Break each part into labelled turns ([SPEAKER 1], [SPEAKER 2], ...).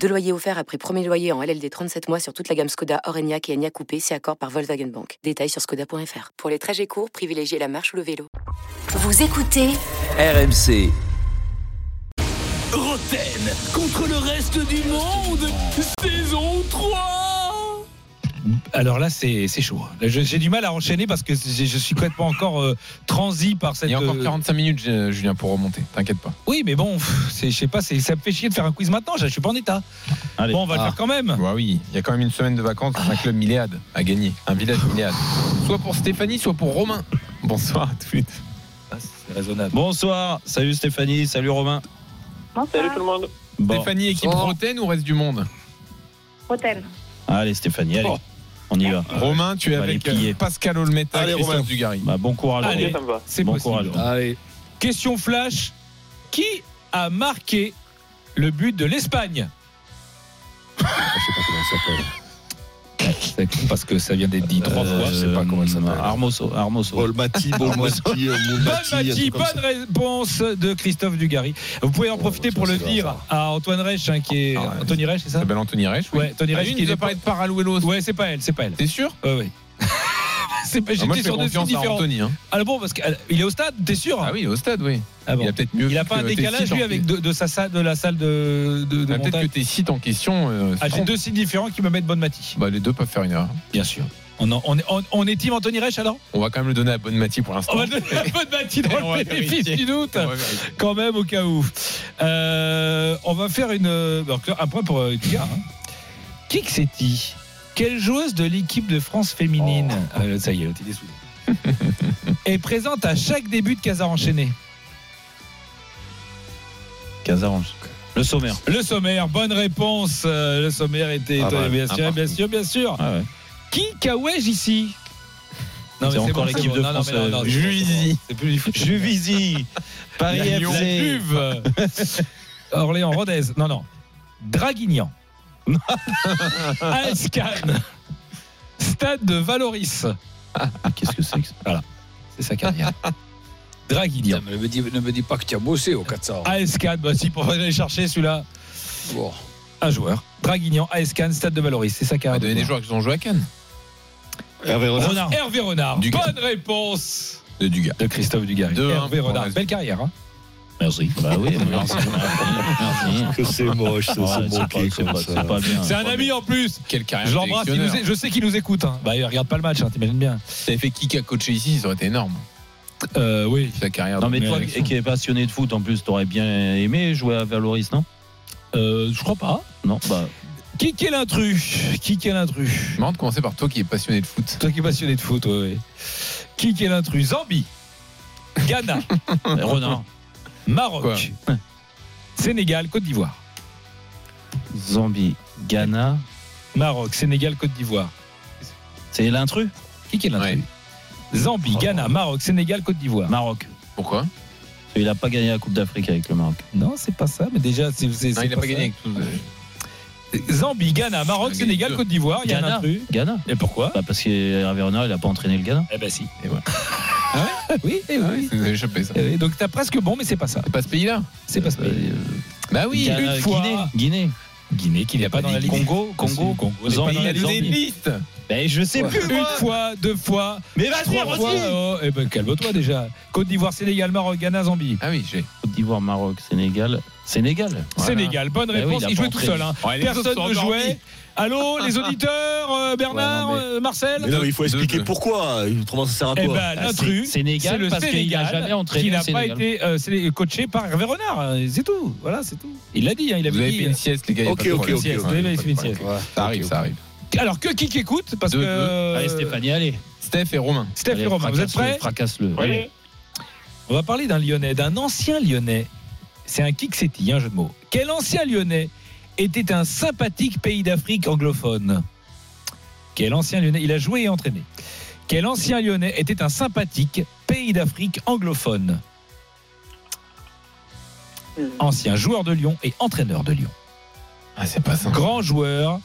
[SPEAKER 1] Deux loyers offerts après premier loyer en LLD 37 mois sur toute la gamme Skoda, Orenia et Enya Coupé, si accord par Volkswagen Bank. Détails sur skoda.fr. Pour les trajets courts, privilégiez la marche ou le vélo.
[SPEAKER 2] Vous écoutez
[SPEAKER 3] RMC.
[SPEAKER 4] Roten contre le reste du monde, saison 3
[SPEAKER 5] Alors là, c'est c'est chaud. Là, je- J'ai du mal à enchaîner parce que j'ai- je suis complètement encore euh, transi par cette.
[SPEAKER 6] Il y a encore
[SPEAKER 5] euh,
[SPEAKER 6] 45 minutes, euh, Julien, pour remonter. T'inquiète pas.
[SPEAKER 5] Oui, mais bon, pff, c'est- je sais pas, c'est- ça me fait chier de faire un quiz maintenant. Je suis pas en état.
[SPEAKER 7] Allez.
[SPEAKER 5] Bon, on va le
[SPEAKER 6] Ah.
[SPEAKER 5] faire quand même.
[SPEAKER 6] Bah oui, il y a quand même une semaine de vacances. Un club Milléade à gagner. Un village Milléade. Soit pour Stéphanie, soit pour Romain. Bonsoir à tous les deux.
[SPEAKER 5] Ah, C'est raisonnable.
[SPEAKER 7] Bonsoir, salut Stéphanie, salut Romain.
[SPEAKER 8] Salut tout le monde.
[SPEAKER 7] Bon,
[SPEAKER 6] Stéphanie, équipe
[SPEAKER 5] Bonsoir.
[SPEAKER 6] Roten ou reste du monde
[SPEAKER 8] Roten.
[SPEAKER 7] allez Stéphanie, allez,
[SPEAKER 6] Oh.
[SPEAKER 7] on y va.
[SPEAKER 6] Romain, tu es
[SPEAKER 7] On va
[SPEAKER 6] avec
[SPEAKER 7] les piller.
[SPEAKER 6] euh, Pascal Olmeta
[SPEAKER 7] Allez,
[SPEAKER 6] et Christophe
[SPEAKER 7] Romain.
[SPEAKER 6] Dugarry.
[SPEAKER 7] Bah, bon courage.
[SPEAKER 8] Ok,
[SPEAKER 7] Romain.
[SPEAKER 8] ça me va.
[SPEAKER 5] C'est
[SPEAKER 7] Bon
[SPEAKER 5] possible.
[SPEAKER 7] courage.
[SPEAKER 5] Question flash. Qui a marqué le but de l'Espagne Parce que ça vient d'être dit trois
[SPEAKER 7] Euh,
[SPEAKER 5] fois.
[SPEAKER 7] Armoso, Armoso.
[SPEAKER 9] Olmati, Bolmati, euh,
[SPEAKER 5] Bonne
[SPEAKER 9] Moulmati, un truc
[SPEAKER 5] Mati,
[SPEAKER 9] comme ça.
[SPEAKER 5] bonne réponse de Christophe Dugarry. Vous pouvez
[SPEAKER 6] Oh,
[SPEAKER 5] en profiter
[SPEAKER 9] ouais,
[SPEAKER 5] pour
[SPEAKER 9] ça,
[SPEAKER 5] le
[SPEAKER 9] c'est
[SPEAKER 5] dire à Antoine Reich, hein, qui est
[SPEAKER 6] Ah, ouais.
[SPEAKER 5] Anthony Reich, c'est ça
[SPEAKER 6] s'appelle Anthony Reich.
[SPEAKER 5] Ouais, Anthony Reich qui
[SPEAKER 6] il
[SPEAKER 5] est Ah,
[SPEAKER 6] a parlé de Paraluelos.
[SPEAKER 5] Ouais, c'est pas elle, c'est pas elle.
[SPEAKER 6] T'es sûr
[SPEAKER 5] Ouais, ouais. c'est pas.
[SPEAKER 6] Ah, Moi,
[SPEAKER 5] J'étais
[SPEAKER 6] je fais
[SPEAKER 5] sur deux sites
[SPEAKER 6] confiance à
[SPEAKER 5] différents.
[SPEAKER 6] Anthony. hein.
[SPEAKER 5] Ah bon, parce qu'il est au stade, t'es sûr hein
[SPEAKER 6] Ah oui, au stade, oui.
[SPEAKER 5] Ah bon.
[SPEAKER 6] Il a peut-être mieux.
[SPEAKER 5] Il n'a
[SPEAKER 6] que
[SPEAKER 5] pas un
[SPEAKER 6] tes
[SPEAKER 5] décalage
[SPEAKER 6] sites
[SPEAKER 5] lui
[SPEAKER 6] en-
[SPEAKER 5] avec de, de sa salle, de la salle de, de, de
[SPEAKER 6] Ah, Peut-être
[SPEAKER 5] montage.
[SPEAKER 6] que tes sites en question. euh, se
[SPEAKER 5] Ah, j'ai
[SPEAKER 6] trompent.
[SPEAKER 5] deux sites différents qui me mettent bonne Mati.
[SPEAKER 6] Bah, les deux peuvent faire une erreur.
[SPEAKER 5] Bien sûr. On, en- on est- on- on est team Anthony Reich alors
[SPEAKER 6] On va quand même le donner à Bonne Mati pour l'instant.
[SPEAKER 5] On va donner un bonne Mati
[SPEAKER 6] Et on
[SPEAKER 5] dans
[SPEAKER 6] va
[SPEAKER 5] le bénéfice
[SPEAKER 6] vérifier.
[SPEAKER 5] du doute.
[SPEAKER 6] On va vérifier.
[SPEAKER 5] Quand même au cas où. Euh, on va faire une euh, donc, un point pour euh, Edgar. hein. Qui que c'est-il Quelle joueuse de l'équipe de France féminine
[SPEAKER 7] Oh.
[SPEAKER 5] Euh, Ça y est, l'autre, il est saoulé. est présente à chaque début de Casar enchaîné.
[SPEAKER 7] Casarange. Le sommaire.
[SPEAKER 5] Le sommaire, bonne réponse. Euh, Le sommaire était
[SPEAKER 6] Ah, bah,
[SPEAKER 5] bien
[SPEAKER 6] un
[SPEAKER 5] sûr, bien
[SPEAKER 6] partout.
[SPEAKER 5] sûr, bien sûr.
[SPEAKER 7] Ah ouais.
[SPEAKER 5] Qui Kawège ici
[SPEAKER 7] C'est encore l'équipe de France, euh,
[SPEAKER 5] Juvisy. C'est plus du foot.
[SPEAKER 7] Juvisy, Paris
[SPEAKER 5] La Lyon,
[SPEAKER 7] FC.
[SPEAKER 5] Juve. Orléans, Rodez. Non, non. Draguignan. Ascan. Stade de Valoris.
[SPEAKER 7] Qu'est-ce que c'est que ça
[SPEAKER 5] C'est sa carrière. Draguignan.
[SPEAKER 10] Ne me, dis, ne me dis pas que tu as bossé au 400.
[SPEAKER 5] Ascan, bah si, pour aller chercher celui-là.
[SPEAKER 10] Bon.
[SPEAKER 5] Un joueur. Draguignan, Ascan, Stade de Valoris. C'est sa
[SPEAKER 6] On va
[SPEAKER 5] carrière.
[SPEAKER 6] Ah, donner des joueurs qui ont joué à Cannes.
[SPEAKER 9] Hervé Renard.
[SPEAKER 7] Renard.
[SPEAKER 5] Hervé Renard.
[SPEAKER 6] Du-
[SPEAKER 5] Bonne réponse
[SPEAKER 6] De Dugas.
[SPEAKER 5] de Christophe Dugarry.
[SPEAKER 6] Deux, un,
[SPEAKER 5] Hervé
[SPEAKER 6] pour
[SPEAKER 5] Renard.
[SPEAKER 6] Rennes.
[SPEAKER 5] Belle carrière. hein.
[SPEAKER 7] Merci. Bah
[SPEAKER 5] Ah,
[SPEAKER 7] oui, merci. Merci.
[SPEAKER 9] Que c'est moche, ça,
[SPEAKER 7] Ouais,
[SPEAKER 9] c'est
[SPEAKER 7] c'est
[SPEAKER 9] manqué
[SPEAKER 7] pas- c'est
[SPEAKER 9] comme
[SPEAKER 7] pas-
[SPEAKER 9] ça.
[SPEAKER 7] c'est pas bien.
[SPEAKER 5] C'est un ami en plus.
[SPEAKER 6] Quelle
[SPEAKER 7] Ah,
[SPEAKER 6] carrière
[SPEAKER 5] Je l'embrasse. il nous é- Je sais qu'il nous écoute. hein. Bah, il regarde pas le match, hein, t'imagines bien.
[SPEAKER 6] T'avais fait qui qui a coaché ici, ça aurait été énorme.
[SPEAKER 5] Euh, oui. euh,
[SPEAKER 6] La carrière euh,
[SPEAKER 7] Non
[SPEAKER 6] de
[SPEAKER 7] mais toi
[SPEAKER 6] Ericsson.
[SPEAKER 7] qui es passionné de foot en plus, t'aurais bien aimé jouer à Valoris, non
[SPEAKER 5] Euh, je crois pas.
[SPEAKER 7] Non, bah
[SPEAKER 5] Qui est l'intrus Qui est l'intrus
[SPEAKER 6] C'est marrant de commencer par toi qui es passionné de foot.
[SPEAKER 5] Toi qui es passionné de foot, ouais, ouais. Qui est l'intrus Zambie, Ghana,
[SPEAKER 7] Renard.
[SPEAKER 5] Maroc,
[SPEAKER 7] Quoi
[SPEAKER 5] Sénégal, Côte d'Ivoire.
[SPEAKER 7] Zambie, Ghana,
[SPEAKER 5] Maroc, Sénégal, Côte d'Ivoire.
[SPEAKER 7] c'est l'intrus
[SPEAKER 5] Qui est l'intrus Zambie,
[SPEAKER 7] Oh.
[SPEAKER 5] Ghana, Maroc, Sénégal, Côte d'Ivoire.
[SPEAKER 7] Maroc.
[SPEAKER 6] Pourquoi
[SPEAKER 7] Il a pas gagné la Coupe d'Afrique avec le Maroc.
[SPEAKER 5] Non, c'est pas ça, mais déjà, c'est. c'est-
[SPEAKER 6] Non,
[SPEAKER 5] c'est
[SPEAKER 6] il n'a pas gagné avec euh, tout.
[SPEAKER 5] ça. Zambie, Ghana, Maroc,
[SPEAKER 6] Il a gagné
[SPEAKER 5] Sénégal,
[SPEAKER 6] deux.
[SPEAKER 5] Côte d'Ivoire, il y a un
[SPEAKER 7] Ghana.
[SPEAKER 5] intrus.
[SPEAKER 7] Ghana
[SPEAKER 5] Et pourquoi
[SPEAKER 7] bah parce qu'Hervé Renard, il a pas entraîné le Ghana.
[SPEAKER 5] Eh ben si.
[SPEAKER 6] Et voilà.
[SPEAKER 5] oui, eh oui.
[SPEAKER 6] Vous avez échappé ça.
[SPEAKER 5] Eh oui, Donc t'as presque bon, mais c'est pas ça.
[SPEAKER 6] C'est pas ce pays-là
[SPEAKER 5] C'est pas ça.
[SPEAKER 7] Euh,
[SPEAKER 6] Bah oui
[SPEAKER 5] Ghana,
[SPEAKER 6] une
[SPEAKER 5] fois.
[SPEAKER 7] Guinée, Guinée.
[SPEAKER 5] Guinée qu'il n'y a pas dans la Ligue.
[SPEAKER 7] Congo, Congo,
[SPEAKER 5] Congo,
[SPEAKER 7] Zambie,
[SPEAKER 6] fois. Il y a
[SPEAKER 7] Zambie.
[SPEAKER 6] des listes
[SPEAKER 7] Ben, je sais plus.
[SPEAKER 5] Une fois, deux fois,
[SPEAKER 7] Mais
[SPEAKER 5] trois fois. oh, eh ben, calme-toi déjà. Côte d'Ivoire, Sénégal, Maroc, Ghana, Zambie.
[SPEAKER 6] Ah oui, j'ai.
[SPEAKER 7] Côte d'Ivoire, Maroc, Sénégal, Sénégal.
[SPEAKER 6] Voilà.
[SPEAKER 5] Sénégal, bonne
[SPEAKER 7] Eh oui,
[SPEAKER 5] réponse.
[SPEAKER 7] il a
[SPEAKER 5] il jouait
[SPEAKER 7] pas
[SPEAKER 5] tout
[SPEAKER 7] entré.
[SPEAKER 5] seul. hein.
[SPEAKER 6] Ouais, les autres
[SPEAKER 5] Personne
[SPEAKER 6] sont
[SPEAKER 5] ne
[SPEAKER 6] endormis.
[SPEAKER 5] jouait. Allô, les auditeurs, euh, Bernard,
[SPEAKER 7] Ouais, non,
[SPEAKER 5] euh, Marcel
[SPEAKER 9] Mais Ah, non, il faut
[SPEAKER 6] Deux,
[SPEAKER 9] expliquer
[SPEAKER 6] deux.
[SPEAKER 9] pourquoi. Autrement, ça sert à
[SPEAKER 5] Eh
[SPEAKER 9] quoi
[SPEAKER 5] ben, l'intrus,
[SPEAKER 7] Sénégal,
[SPEAKER 5] c'est le
[SPEAKER 7] parce qu'il a
[SPEAKER 5] Sénégal
[SPEAKER 7] jamais entraîné
[SPEAKER 5] qui
[SPEAKER 7] le
[SPEAKER 5] n'a pas
[SPEAKER 7] Sénégal.
[SPEAKER 5] été euh, sé- coaché par Hervé Renard. hein, C'est tout. Voilà, c'est tout. Il l'a dit. hein, il
[SPEAKER 6] Vous
[SPEAKER 5] avait
[SPEAKER 6] avez
[SPEAKER 5] dit.
[SPEAKER 6] fait une sieste, les gars. il y a
[SPEAKER 9] Ok,
[SPEAKER 6] pas de
[SPEAKER 9] ok,
[SPEAKER 6] problème.
[SPEAKER 9] ok,
[SPEAKER 6] Ouais, pas
[SPEAKER 9] ok.
[SPEAKER 6] de
[SPEAKER 5] Vous avez fait une
[SPEAKER 6] problème.
[SPEAKER 5] sieste.
[SPEAKER 6] Ça arrive, ça arrive.
[SPEAKER 5] Alors que qui qui écoute Parce
[SPEAKER 6] Deux,
[SPEAKER 5] que
[SPEAKER 6] deux.
[SPEAKER 5] euh,
[SPEAKER 7] Allez, Stéphanie, allez.
[SPEAKER 6] Steph et Romain.
[SPEAKER 5] Steph
[SPEAKER 7] Allez,
[SPEAKER 5] et Romain, vous êtes
[SPEAKER 7] fracasse-le,
[SPEAKER 5] prêts
[SPEAKER 7] Fracasse-le.
[SPEAKER 8] Oui.
[SPEAKER 5] On va parler d'un Lyonnais, d'un ancien Lyonnais. C'est un kick y un jeu de mots. Quel ancien Lyonnais était un sympathique pays d'Afrique anglophone Quel ancien Lyonnais Il a joué et entraîné. Quel ancien lyonnais était un sympathique pays d'Afrique anglophone Ancien joueur de Lyon et entraîneur de Lyon.
[SPEAKER 6] Ah, c'est pas ça.
[SPEAKER 5] Grand joueur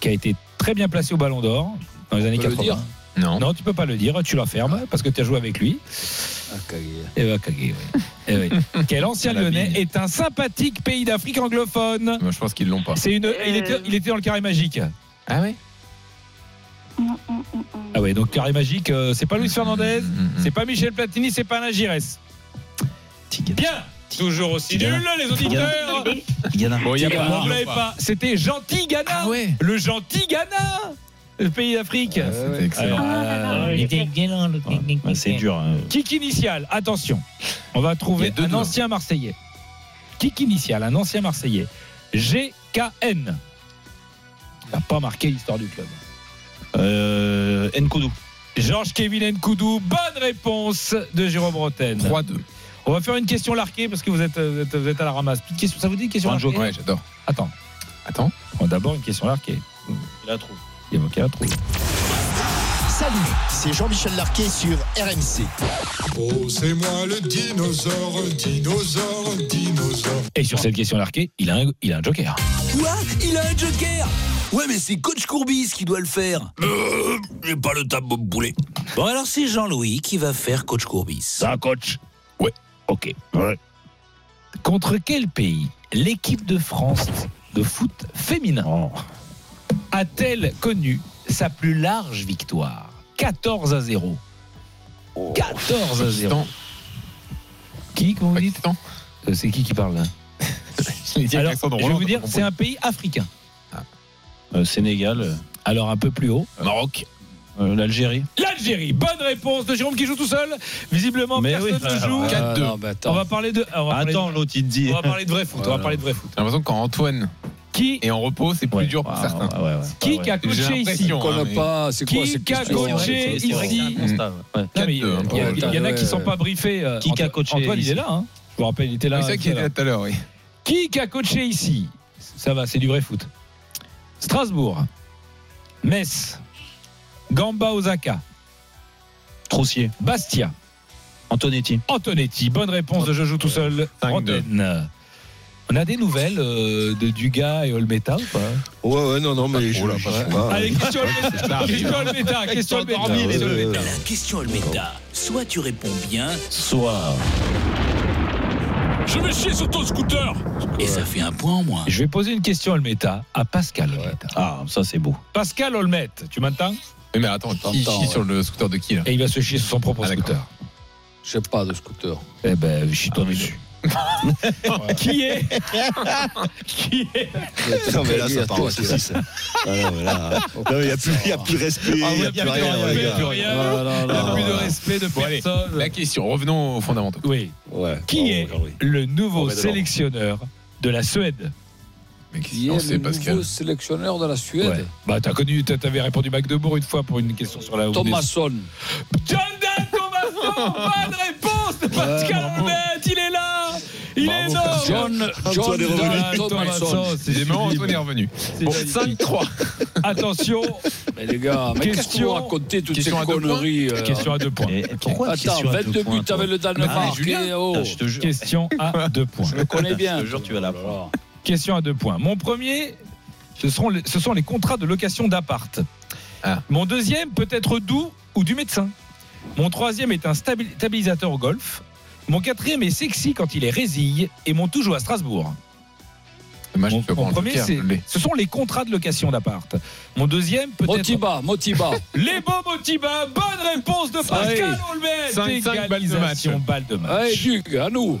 [SPEAKER 5] qui a été très bien placé au Ballon d'Or dans les années
[SPEAKER 10] peut le
[SPEAKER 5] 80.
[SPEAKER 10] dire
[SPEAKER 6] Non.
[SPEAKER 5] Non, tu peux pas le dire, tu la fermes parce que tu as joué avec lui. Eh ben, Kagé, ouais. Eh oui. Quel ancien
[SPEAKER 6] La
[SPEAKER 5] lyonnais
[SPEAKER 6] bille.
[SPEAKER 5] est un sympathique pays d'Afrique anglophone
[SPEAKER 6] Moi, je pense qu'ils l'ont pas.
[SPEAKER 5] C'est une, il, était, il était dans le carré magique.
[SPEAKER 6] Ah ouais
[SPEAKER 5] Ah ouais, donc carré magique, euh, c'est pas Luis Fernandez,
[SPEAKER 6] Mm, mm,
[SPEAKER 5] c'est pas Michel Platini, c'est pas Alain Giresse. Bien Toujours aussi
[SPEAKER 7] Tigana.
[SPEAKER 5] nul, les auditeurs
[SPEAKER 7] Ghana.
[SPEAKER 6] Bon, il y a pas.
[SPEAKER 5] Vous ne l'avez pas, c'était gentil Ghana
[SPEAKER 6] Ah ouais
[SPEAKER 5] Le gentil Ghana Le pays d'Afrique
[SPEAKER 6] Ah, C'était excellent.
[SPEAKER 5] Euh,
[SPEAKER 7] Ouais, C'est dur. hein.
[SPEAKER 5] Kick initial, attention. On va
[SPEAKER 6] Il
[SPEAKER 5] trouver
[SPEAKER 6] y a deux
[SPEAKER 5] un
[SPEAKER 6] noms.
[SPEAKER 5] ancien Marseillais. Kick initial, un ancien Marseillais. GKN. Il n'a pas marqué l'histoire du club.
[SPEAKER 7] Euh, Nkoudou.
[SPEAKER 5] Georges Kevin Nkoudou, bonne réponse de Jérôme Bretagne.
[SPEAKER 6] 3-2.
[SPEAKER 5] On va faire une question larquée parce que vous êtes, vous êtes, vous êtes à la ramasse. Petite question, ça vous dit une question
[SPEAKER 7] Un
[SPEAKER 5] larquée
[SPEAKER 7] joker.
[SPEAKER 6] Ouais, j'adore.
[SPEAKER 5] Attends,
[SPEAKER 6] Attends.
[SPEAKER 5] on a d'abord une question larquée.
[SPEAKER 7] Il la trouve.
[SPEAKER 5] Il y a un trou.
[SPEAKER 2] Salut, c'est Jean-Michel Larquet sur RMC.
[SPEAKER 4] Oh, c'est moi le dinosaure, dinosaure, dinosaure.
[SPEAKER 5] Et sur cette question larquée, il a un, il a un joker.
[SPEAKER 2] Quoi Il a un joker Ouais, mais c'est Coach Courbis qui doit le faire. Euh, J'ai pas le tableau de boulet. Bon, alors c'est Jean-Louis qui va faire Coach Courbis.
[SPEAKER 7] Ça, coach
[SPEAKER 6] Ouais.
[SPEAKER 7] Ok.
[SPEAKER 5] Contre quel pays l'équipe de France de foot féminin a-t-elle connu sa plus large victoire 14 à 0.
[SPEAKER 2] Oh.
[SPEAKER 5] 14 à 0.
[SPEAKER 6] Pakistan.
[SPEAKER 5] Qui, comment vous dites
[SPEAKER 6] Pakistan.
[SPEAKER 5] Euh, C'est qui qui parle
[SPEAKER 7] hein
[SPEAKER 5] là
[SPEAKER 6] Je l'ai dit avec
[SPEAKER 5] Alors,
[SPEAKER 6] l'accent de
[SPEAKER 5] je vais
[SPEAKER 6] Roland,
[SPEAKER 5] vous dire,
[SPEAKER 6] t'as
[SPEAKER 5] c'est
[SPEAKER 6] compris.
[SPEAKER 5] un pays africain.
[SPEAKER 7] Euh, Sénégal. euh,
[SPEAKER 5] Alors un peu plus haut.
[SPEAKER 6] Maroc.
[SPEAKER 7] euh, L'Algérie.
[SPEAKER 5] L'Algérie. Bonne réponse de Jérôme qui joue tout seul. Visiblement,
[SPEAKER 7] Mais
[SPEAKER 5] personne
[SPEAKER 7] oui. Ah,
[SPEAKER 5] ne joue.
[SPEAKER 6] Quatre- 4-2.
[SPEAKER 10] non, mais attends.
[SPEAKER 5] on va parler de. On va parler de-
[SPEAKER 7] Attends, l'autre, il te dit.
[SPEAKER 5] on va parler de vrai foot. On va parler de vrai foot.
[SPEAKER 6] J'ai l'impression que quand Antoine
[SPEAKER 5] Qui,
[SPEAKER 6] est en repos, c'est plus
[SPEAKER 7] Ouais.
[SPEAKER 6] dur pour
[SPEAKER 7] Ah,
[SPEAKER 6] certains.
[SPEAKER 7] ouais, ouais, ouais.
[SPEAKER 5] qui
[SPEAKER 7] Ouais,
[SPEAKER 5] qui a
[SPEAKER 7] ouais.
[SPEAKER 6] J'ai
[SPEAKER 5] coaché ici
[SPEAKER 6] l'impression.
[SPEAKER 10] On
[SPEAKER 6] hein,
[SPEAKER 10] connaît
[SPEAKER 6] mais-
[SPEAKER 10] pas, c'est quoi
[SPEAKER 5] Qui
[SPEAKER 10] cette
[SPEAKER 5] qu'a
[SPEAKER 10] question
[SPEAKER 7] C'est vrai,
[SPEAKER 5] coaché
[SPEAKER 7] c'est vrai que
[SPEAKER 5] ici
[SPEAKER 7] c'est un constat, ouais. Ouais.
[SPEAKER 5] Non, mais Il
[SPEAKER 6] Quatre-deux, hein,
[SPEAKER 5] il y, a-
[SPEAKER 6] pour
[SPEAKER 5] il y en a
[SPEAKER 10] Antoine.
[SPEAKER 5] qui sont pas briefés. euh,
[SPEAKER 7] Qui qu'a
[SPEAKER 5] Antoine-
[SPEAKER 7] coaché
[SPEAKER 5] Antoine, il
[SPEAKER 7] ici
[SPEAKER 5] est là. hein. Je vous rappelle, il était là.
[SPEAKER 6] C'est ça
[SPEAKER 5] il
[SPEAKER 6] qui
[SPEAKER 5] était
[SPEAKER 6] était
[SPEAKER 5] là.
[SPEAKER 6] là tout à l'heure, oui.
[SPEAKER 5] Qui qui a coaché ici Ça va, c'est du vrai foot. Strasbourg, Metz, Gamba Osaka,
[SPEAKER 7] Troussier.
[SPEAKER 5] Bastia,
[SPEAKER 7] Antonetti.
[SPEAKER 5] Antonetti. Bonne réponse de Je joue tout seul.
[SPEAKER 6] Cinq-deux.
[SPEAKER 5] Bretagne. On a des nouvelles euh, de Dugas et Olmeta ou pas
[SPEAKER 9] Ouais, ouais, non, non, mais je.
[SPEAKER 6] là, pas
[SPEAKER 9] ouais,
[SPEAKER 6] trop.
[SPEAKER 9] ouais.
[SPEAKER 5] Allez, question Olmeta. Question Olmeta. Question Olmeta.
[SPEAKER 9] dormi, les
[SPEAKER 5] question
[SPEAKER 9] deux.
[SPEAKER 5] Olmeta.
[SPEAKER 2] La question Almeida. Soit tu réponds bien
[SPEAKER 7] Soir.
[SPEAKER 4] Je vais chier sur ton scooter.
[SPEAKER 2] et ça fait un point en moins.
[SPEAKER 5] Je vais poser une question Olmeta à Pascal Olmeta.
[SPEAKER 7] Ah, ça, c'est beau.
[SPEAKER 5] Pascal Olmet, tu m'entends
[SPEAKER 6] Mais, mais attends, qui
[SPEAKER 10] T'entends,
[SPEAKER 6] chie
[SPEAKER 10] ouais.
[SPEAKER 6] sur le scooter de qui là
[SPEAKER 5] Et il va se chier sur son propre
[SPEAKER 6] Ah, d'accord.
[SPEAKER 5] scooter.
[SPEAKER 10] Je sais pas de scooter.
[SPEAKER 5] Eh ben, chie-toi
[SPEAKER 6] Ah,
[SPEAKER 5] dessus. Qui est Qui est
[SPEAKER 9] Non, mais là, ça part en saucisse. Ah, non, mais là. Non, mais il n'y a plus de respect, Ah, il n'y a plus rien, les
[SPEAKER 5] plus
[SPEAKER 9] gars.
[SPEAKER 5] rien.
[SPEAKER 7] Ah,
[SPEAKER 10] Non, non,
[SPEAKER 5] Il y a
[SPEAKER 10] non.
[SPEAKER 5] plus de respect de
[SPEAKER 6] allez.
[SPEAKER 5] personne.
[SPEAKER 6] La question, revenons aux fondamentaux.
[SPEAKER 5] Oui.
[SPEAKER 9] Ouais.
[SPEAKER 5] Qui est le nouveau sélectionneur de la Suède
[SPEAKER 6] Mais
[SPEAKER 10] Qui
[SPEAKER 6] question,
[SPEAKER 10] est
[SPEAKER 6] c'est
[SPEAKER 10] le nouveau
[SPEAKER 6] Pascal.
[SPEAKER 10] sélectionneur de la
[SPEAKER 5] Ouais.
[SPEAKER 10] Suède
[SPEAKER 5] Bah, t'as connu, t'as- t'avais répondu Magdebourg une fois pour une question sur la
[SPEAKER 10] Thomasson.
[SPEAKER 5] John Dan Thomasson Bonne réponse de Pascal Honnête Il est là Il est énorme
[SPEAKER 10] John, John
[SPEAKER 9] Antoine est revenu.
[SPEAKER 10] Dan
[SPEAKER 5] John
[SPEAKER 10] Thomasson.
[SPEAKER 5] Thomasson, c'est
[SPEAKER 6] Décidément, Antoine est
[SPEAKER 5] sublime.
[SPEAKER 6] revenu.
[SPEAKER 5] C'est
[SPEAKER 6] Bon,
[SPEAKER 5] magnifique.
[SPEAKER 6] 5-3.
[SPEAKER 5] Attention,
[SPEAKER 10] Mais les gars, Ah, mais qu'est-ce que
[SPEAKER 5] Question-
[SPEAKER 10] vous racontez toutes ces
[SPEAKER 6] question à deux points
[SPEAKER 10] conneries euh,
[SPEAKER 5] question à deux points.
[SPEAKER 7] Et- et pourquoi
[SPEAKER 10] Attends,
[SPEAKER 7] question à deux
[SPEAKER 10] 22
[SPEAKER 7] points,
[SPEAKER 10] buts
[SPEAKER 7] toi
[SPEAKER 10] avec le
[SPEAKER 7] Ah, mais
[SPEAKER 10] Danemark.
[SPEAKER 7] Julien,
[SPEAKER 10] et oh,
[SPEAKER 7] Putain, Je te jure.
[SPEAKER 5] Question à deux points.
[SPEAKER 10] je connais bien. Oh
[SPEAKER 7] Je te jure, tu vas la prendre.
[SPEAKER 5] Question à deux points. Mon premier, ce, seront les- ce sont les contrats de location d'appart.
[SPEAKER 6] Ah.
[SPEAKER 5] Mon deuxième peut être doux ou du médecin. Mon troisième est un stabi- stabilisateur au golf. Mon quatrième est sexy quand il est résille. Et mon tout joue à Strasbourg.
[SPEAKER 6] Dommage,
[SPEAKER 5] Mon,
[SPEAKER 6] tu
[SPEAKER 5] mon
[SPEAKER 6] vas prendre le
[SPEAKER 5] premier,
[SPEAKER 6] Pierre,
[SPEAKER 5] c'est-
[SPEAKER 6] je l'ai.
[SPEAKER 5] ce sont les contrats de location d'appart. Mon deuxième peut être.
[SPEAKER 10] Motiba, Motiba.
[SPEAKER 5] Les beaux Motiba. Bonne réponse de Pascal Olmert.
[SPEAKER 6] Cinq, cinq balles de match.
[SPEAKER 5] Égalisation, balle de match.
[SPEAKER 10] Allez, Duc, à nous.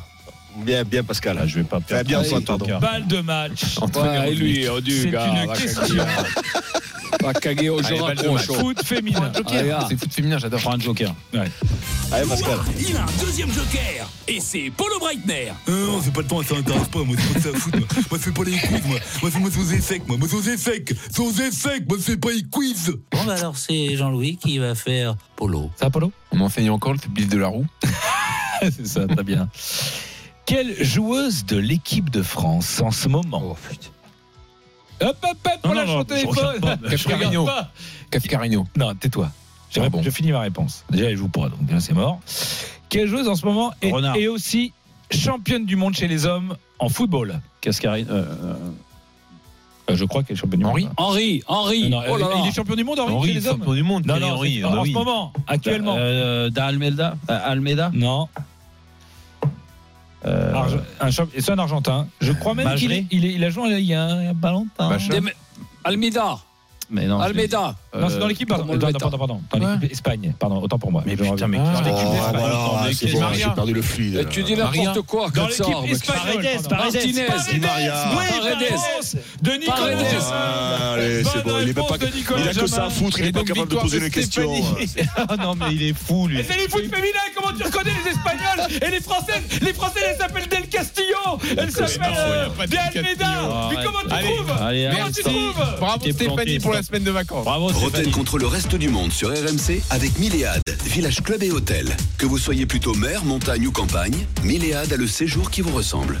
[SPEAKER 9] Bien, bien, Pascal.
[SPEAKER 7] Ah, je vais pas perdre.
[SPEAKER 9] Très Eh bien,
[SPEAKER 7] Allez,
[SPEAKER 9] Antoine, pardon.
[SPEAKER 7] Joker.
[SPEAKER 5] Balle de match.
[SPEAKER 6] Antoine est
[SPEAKER 10] Ouais, et
[SPEAKER 6] revenu.
[SPEAKER 10] lui, oh, Duc.
[SPEAKER 5] C'est
[SPEAKER 10] ah,
[SPEAKER 5] une
[SPEAKER 10] va
[SPEAKER 5] question.
[SPEAKER 10] caguer, ah. Va caguer, oh, je
[SPEAKER 6] Allez, balle de
[SPEAKER 10] raccroche. oh.
[SPEAKER 5] Foot féminin.
[SPEAKER 10] Ah, regarde.
[SPEAKER 6] C'est foot féminin, j'adore.
[SPEAKER 7] Prends un joker.
[SPEAKER 9] Allez, Pascal.
[SPEAKER 2] Il a un deuxième joker et c'est Polo Breitner.
[SPEAKER 4] on fait pas le temps, ça m'intéresse pas, moi, c'est pas que ça à foutre, moi. Moi, c'est pas les quiz, moi. Moi, c'est moi, c'est aux échecs, moi. Moi, c'est aux échecs. C'est aux échecs, moi, c'est pas les quiz.
[SPEAKER 2] Bon, bah alors c'est Jean-Louis qui va faire Polo.
[SPEAKER 5] Ça, Polo
[SPEAKER 6] On enseigne encore le public de la roue.
[SPEAKER 5] C'est ça, très bien. Quelle joueuse de l'équipe de France en ce moment Hop, hop, hop, on
[SPEAKER 7] Non,
[SPEAKER 5] lâche
[SPEAKER 7] non,
[SPEAKER 5] son
[SPEAKER 7] non, je
[SPEAKER 5] téléphone
[SPEAKER 7] regarde pas,
[SPEAKER 5] Je regarde
[SPEAKER 6] Cascarino.
[SPEAKER 5] pas.
[SPEAKER 6] Cascarino.
[SPEAKER 5] Non, tais-toi.
[SPEAKER 7] Je,
[SPEAKER 6] Ah
[SPEAKER 7] rép-
[SPEAKER 6] bon.
[SPEAKER 7] je finis ma réponse. Déjà, elle joue pas, donc déjà, c'est mort. Quelle joueuse en ce moment est,
[SPEAKER 5] Renard.
[SPEAKER 7] est aussi championne du monde chez les hommes en football
[SPEAKER 5] Cascarine. euh, euh,
[SPEAKER 7] Euh, Je crois qu'elle est championne du
[SPEAKER 6] Henri
[SPEAKER 7] monde.
[SPEAKER 11] Henri, Henri.
[SPEAKER 7] Non,
[SPEAKER 11] oh
[SPEAKER 7] euh,
[SPEAKER 11] là là.
[SPEAKER 7] Il est champion du monde, Henri,
[SPEAKER 6] Henri,
[SPEAKER 7] chez les hommes
[SPEAKER 6] champion du monde,
[SPEAKER 7] Non,
[SPEAKER 6] Thierry
[SPEAKER 7] non,
[SPEAKER 6] Henry,
[SPEAKER 7] c'est-
[SPEAKER 6] bah
[SPEAKER 7] en
[SPEAKER 6] oui.
[SPEAKER 7] ce moment, actuellement.
[SPEAKER 5] euh, Da Almeida. euh, Almeida.
[SPEAKER 7] non.
[SPEAKER 5] Euh,
[SPEAKER 7] Arge- un champ- et c'est un Argentin. Je crois même
[SPEAKER 5] Majeré.
[SPEAKER 7] qu'il est- il est- il a joué il y a un il y a pas longtemps.
[SPEAKER 6] Bachelin.
[SPEAKER 11] Des- Almeida,
[SPEAKER 5] mais non, Euh, je l'ai dit.
[SPEAKER 11] Almeida.
[SPEAKER 7] Non, c'est dans l'équipe, pardon.
[SPEAKER 11] Comment
[SPEAKER 7] Dans-
[SPEAKER 11] le
[SPEAKER 7] Pardon,
[SPEAKER 11] mettre
[SPEAKER 7] pardon, pardon. Dans l'équipe Espagne. Pardon, autant pour moi.
[SPEAKER 5] Mais
[SPEAKER 7] Je
[SPEAKER 5] putain,
[SPEAKER 7] reviens.
[SPEAKER 5] mais
[SPEAKER 6] Ah.
[SPEAKER 12] Oh,
[SPEAKER 6] l'équipe d'Espagne.
[SPEAKER 12] voilà,
[SPEAKER 6] L'équipe
[SPEAKER 12] c'est bon,
[SPEAKER 6] d'Espagne.
[SPEAKER 12] j'ai perdu le fluide.
[SPEAKER 11] Et tu dis
[SPEAKER 6] Maria.
[SPEAKER 11] n'importe quoi,
[SPEAKER 7] Dans
[SPEAKER 11] comme ça.
[SPEAKER 7] l'équipe espagnole.
[SPEAKER 5] Paredes,
[SPEAKER 7] pardon.
[SPEAKER 5] Paredes.
[SPEAKER 11] Martinez.
[SPEAKER 12] Di Maria.
[SPEAKER 7] Oui,
[SPEAKER 11] Paredes.
[SPEAKER 7] Paredes. De Nicolas.
[SPEAKER 11] Paredes.
[SPEAKER 12] Ah, allez, c'est bon.
[SPEAKER 7] Bonne
[SPEAKER 12] Il est même
[SPEAKER 7] réponse
[SPEAKER 12] pas.
[SPEAKER 7] de Nicolas
[SPEAKER 12] Il a que ça à
[SPEAKER 7] Jamin.
[SPEAKER 12] foutre. euh, Il
[SPEAKER 6] Et
[SPEAKER 12] est pas
[SPEAKER 6] donc,
[SPEAKER 12] capable de
[SPEAKER 6] victoire
[SPEAKER 12] poser
[SPEAKER 6] de
[SPEAKER 12] une question. euh.
[SPEAKER 6] Stéphanie.
[SPEAKER 5] Ah non, mais il est fou, lui.
[SPEAKER 7] Et c'est les foot féminins, comment tu reconnais les Espagnols et les Françaises Les Françaises, elles s'appellent Del Castillo, elles s'appellent euh,
[SPEAKER 6] pas de
[SPEAKER 7] Del
[SPEAKER 6] Del Castillo.
[SPEAKER 7] Almeida. Mais
[SPEAKER 5] Arrête.
[SPEAKER 7] comment tu
[SPEAKER 5] Ah, Allez,
[SPEAKER 7] trouves
[SPEAKER 5] allez,
[SPEAKER 7] Comment
[SPEAKER 5] arrête.
[SPEAKER 7] tu trouves
[SPEAKER 6] Bravo
[SPEAKER 5] T'es
[SPEAKER 6] Stéphanie
[SPEAKER 5] planté,
[SPEAKER 6] pour
[SPEAKER 5] Stéphane.
[SPEAKER 6] la semaine de vacances.
[SPEAKER 5] Bravo,
[SPEAKER 9] Roten
[SPEAKER 5] Stéphanie.
[SPEAKER 9] contre le reste du monde sur RMC avec Milléade, village club et hôtel. Que vous soyez plutôt mer, montagne ou campagne, Milléade a le séjour qui vous ressemble.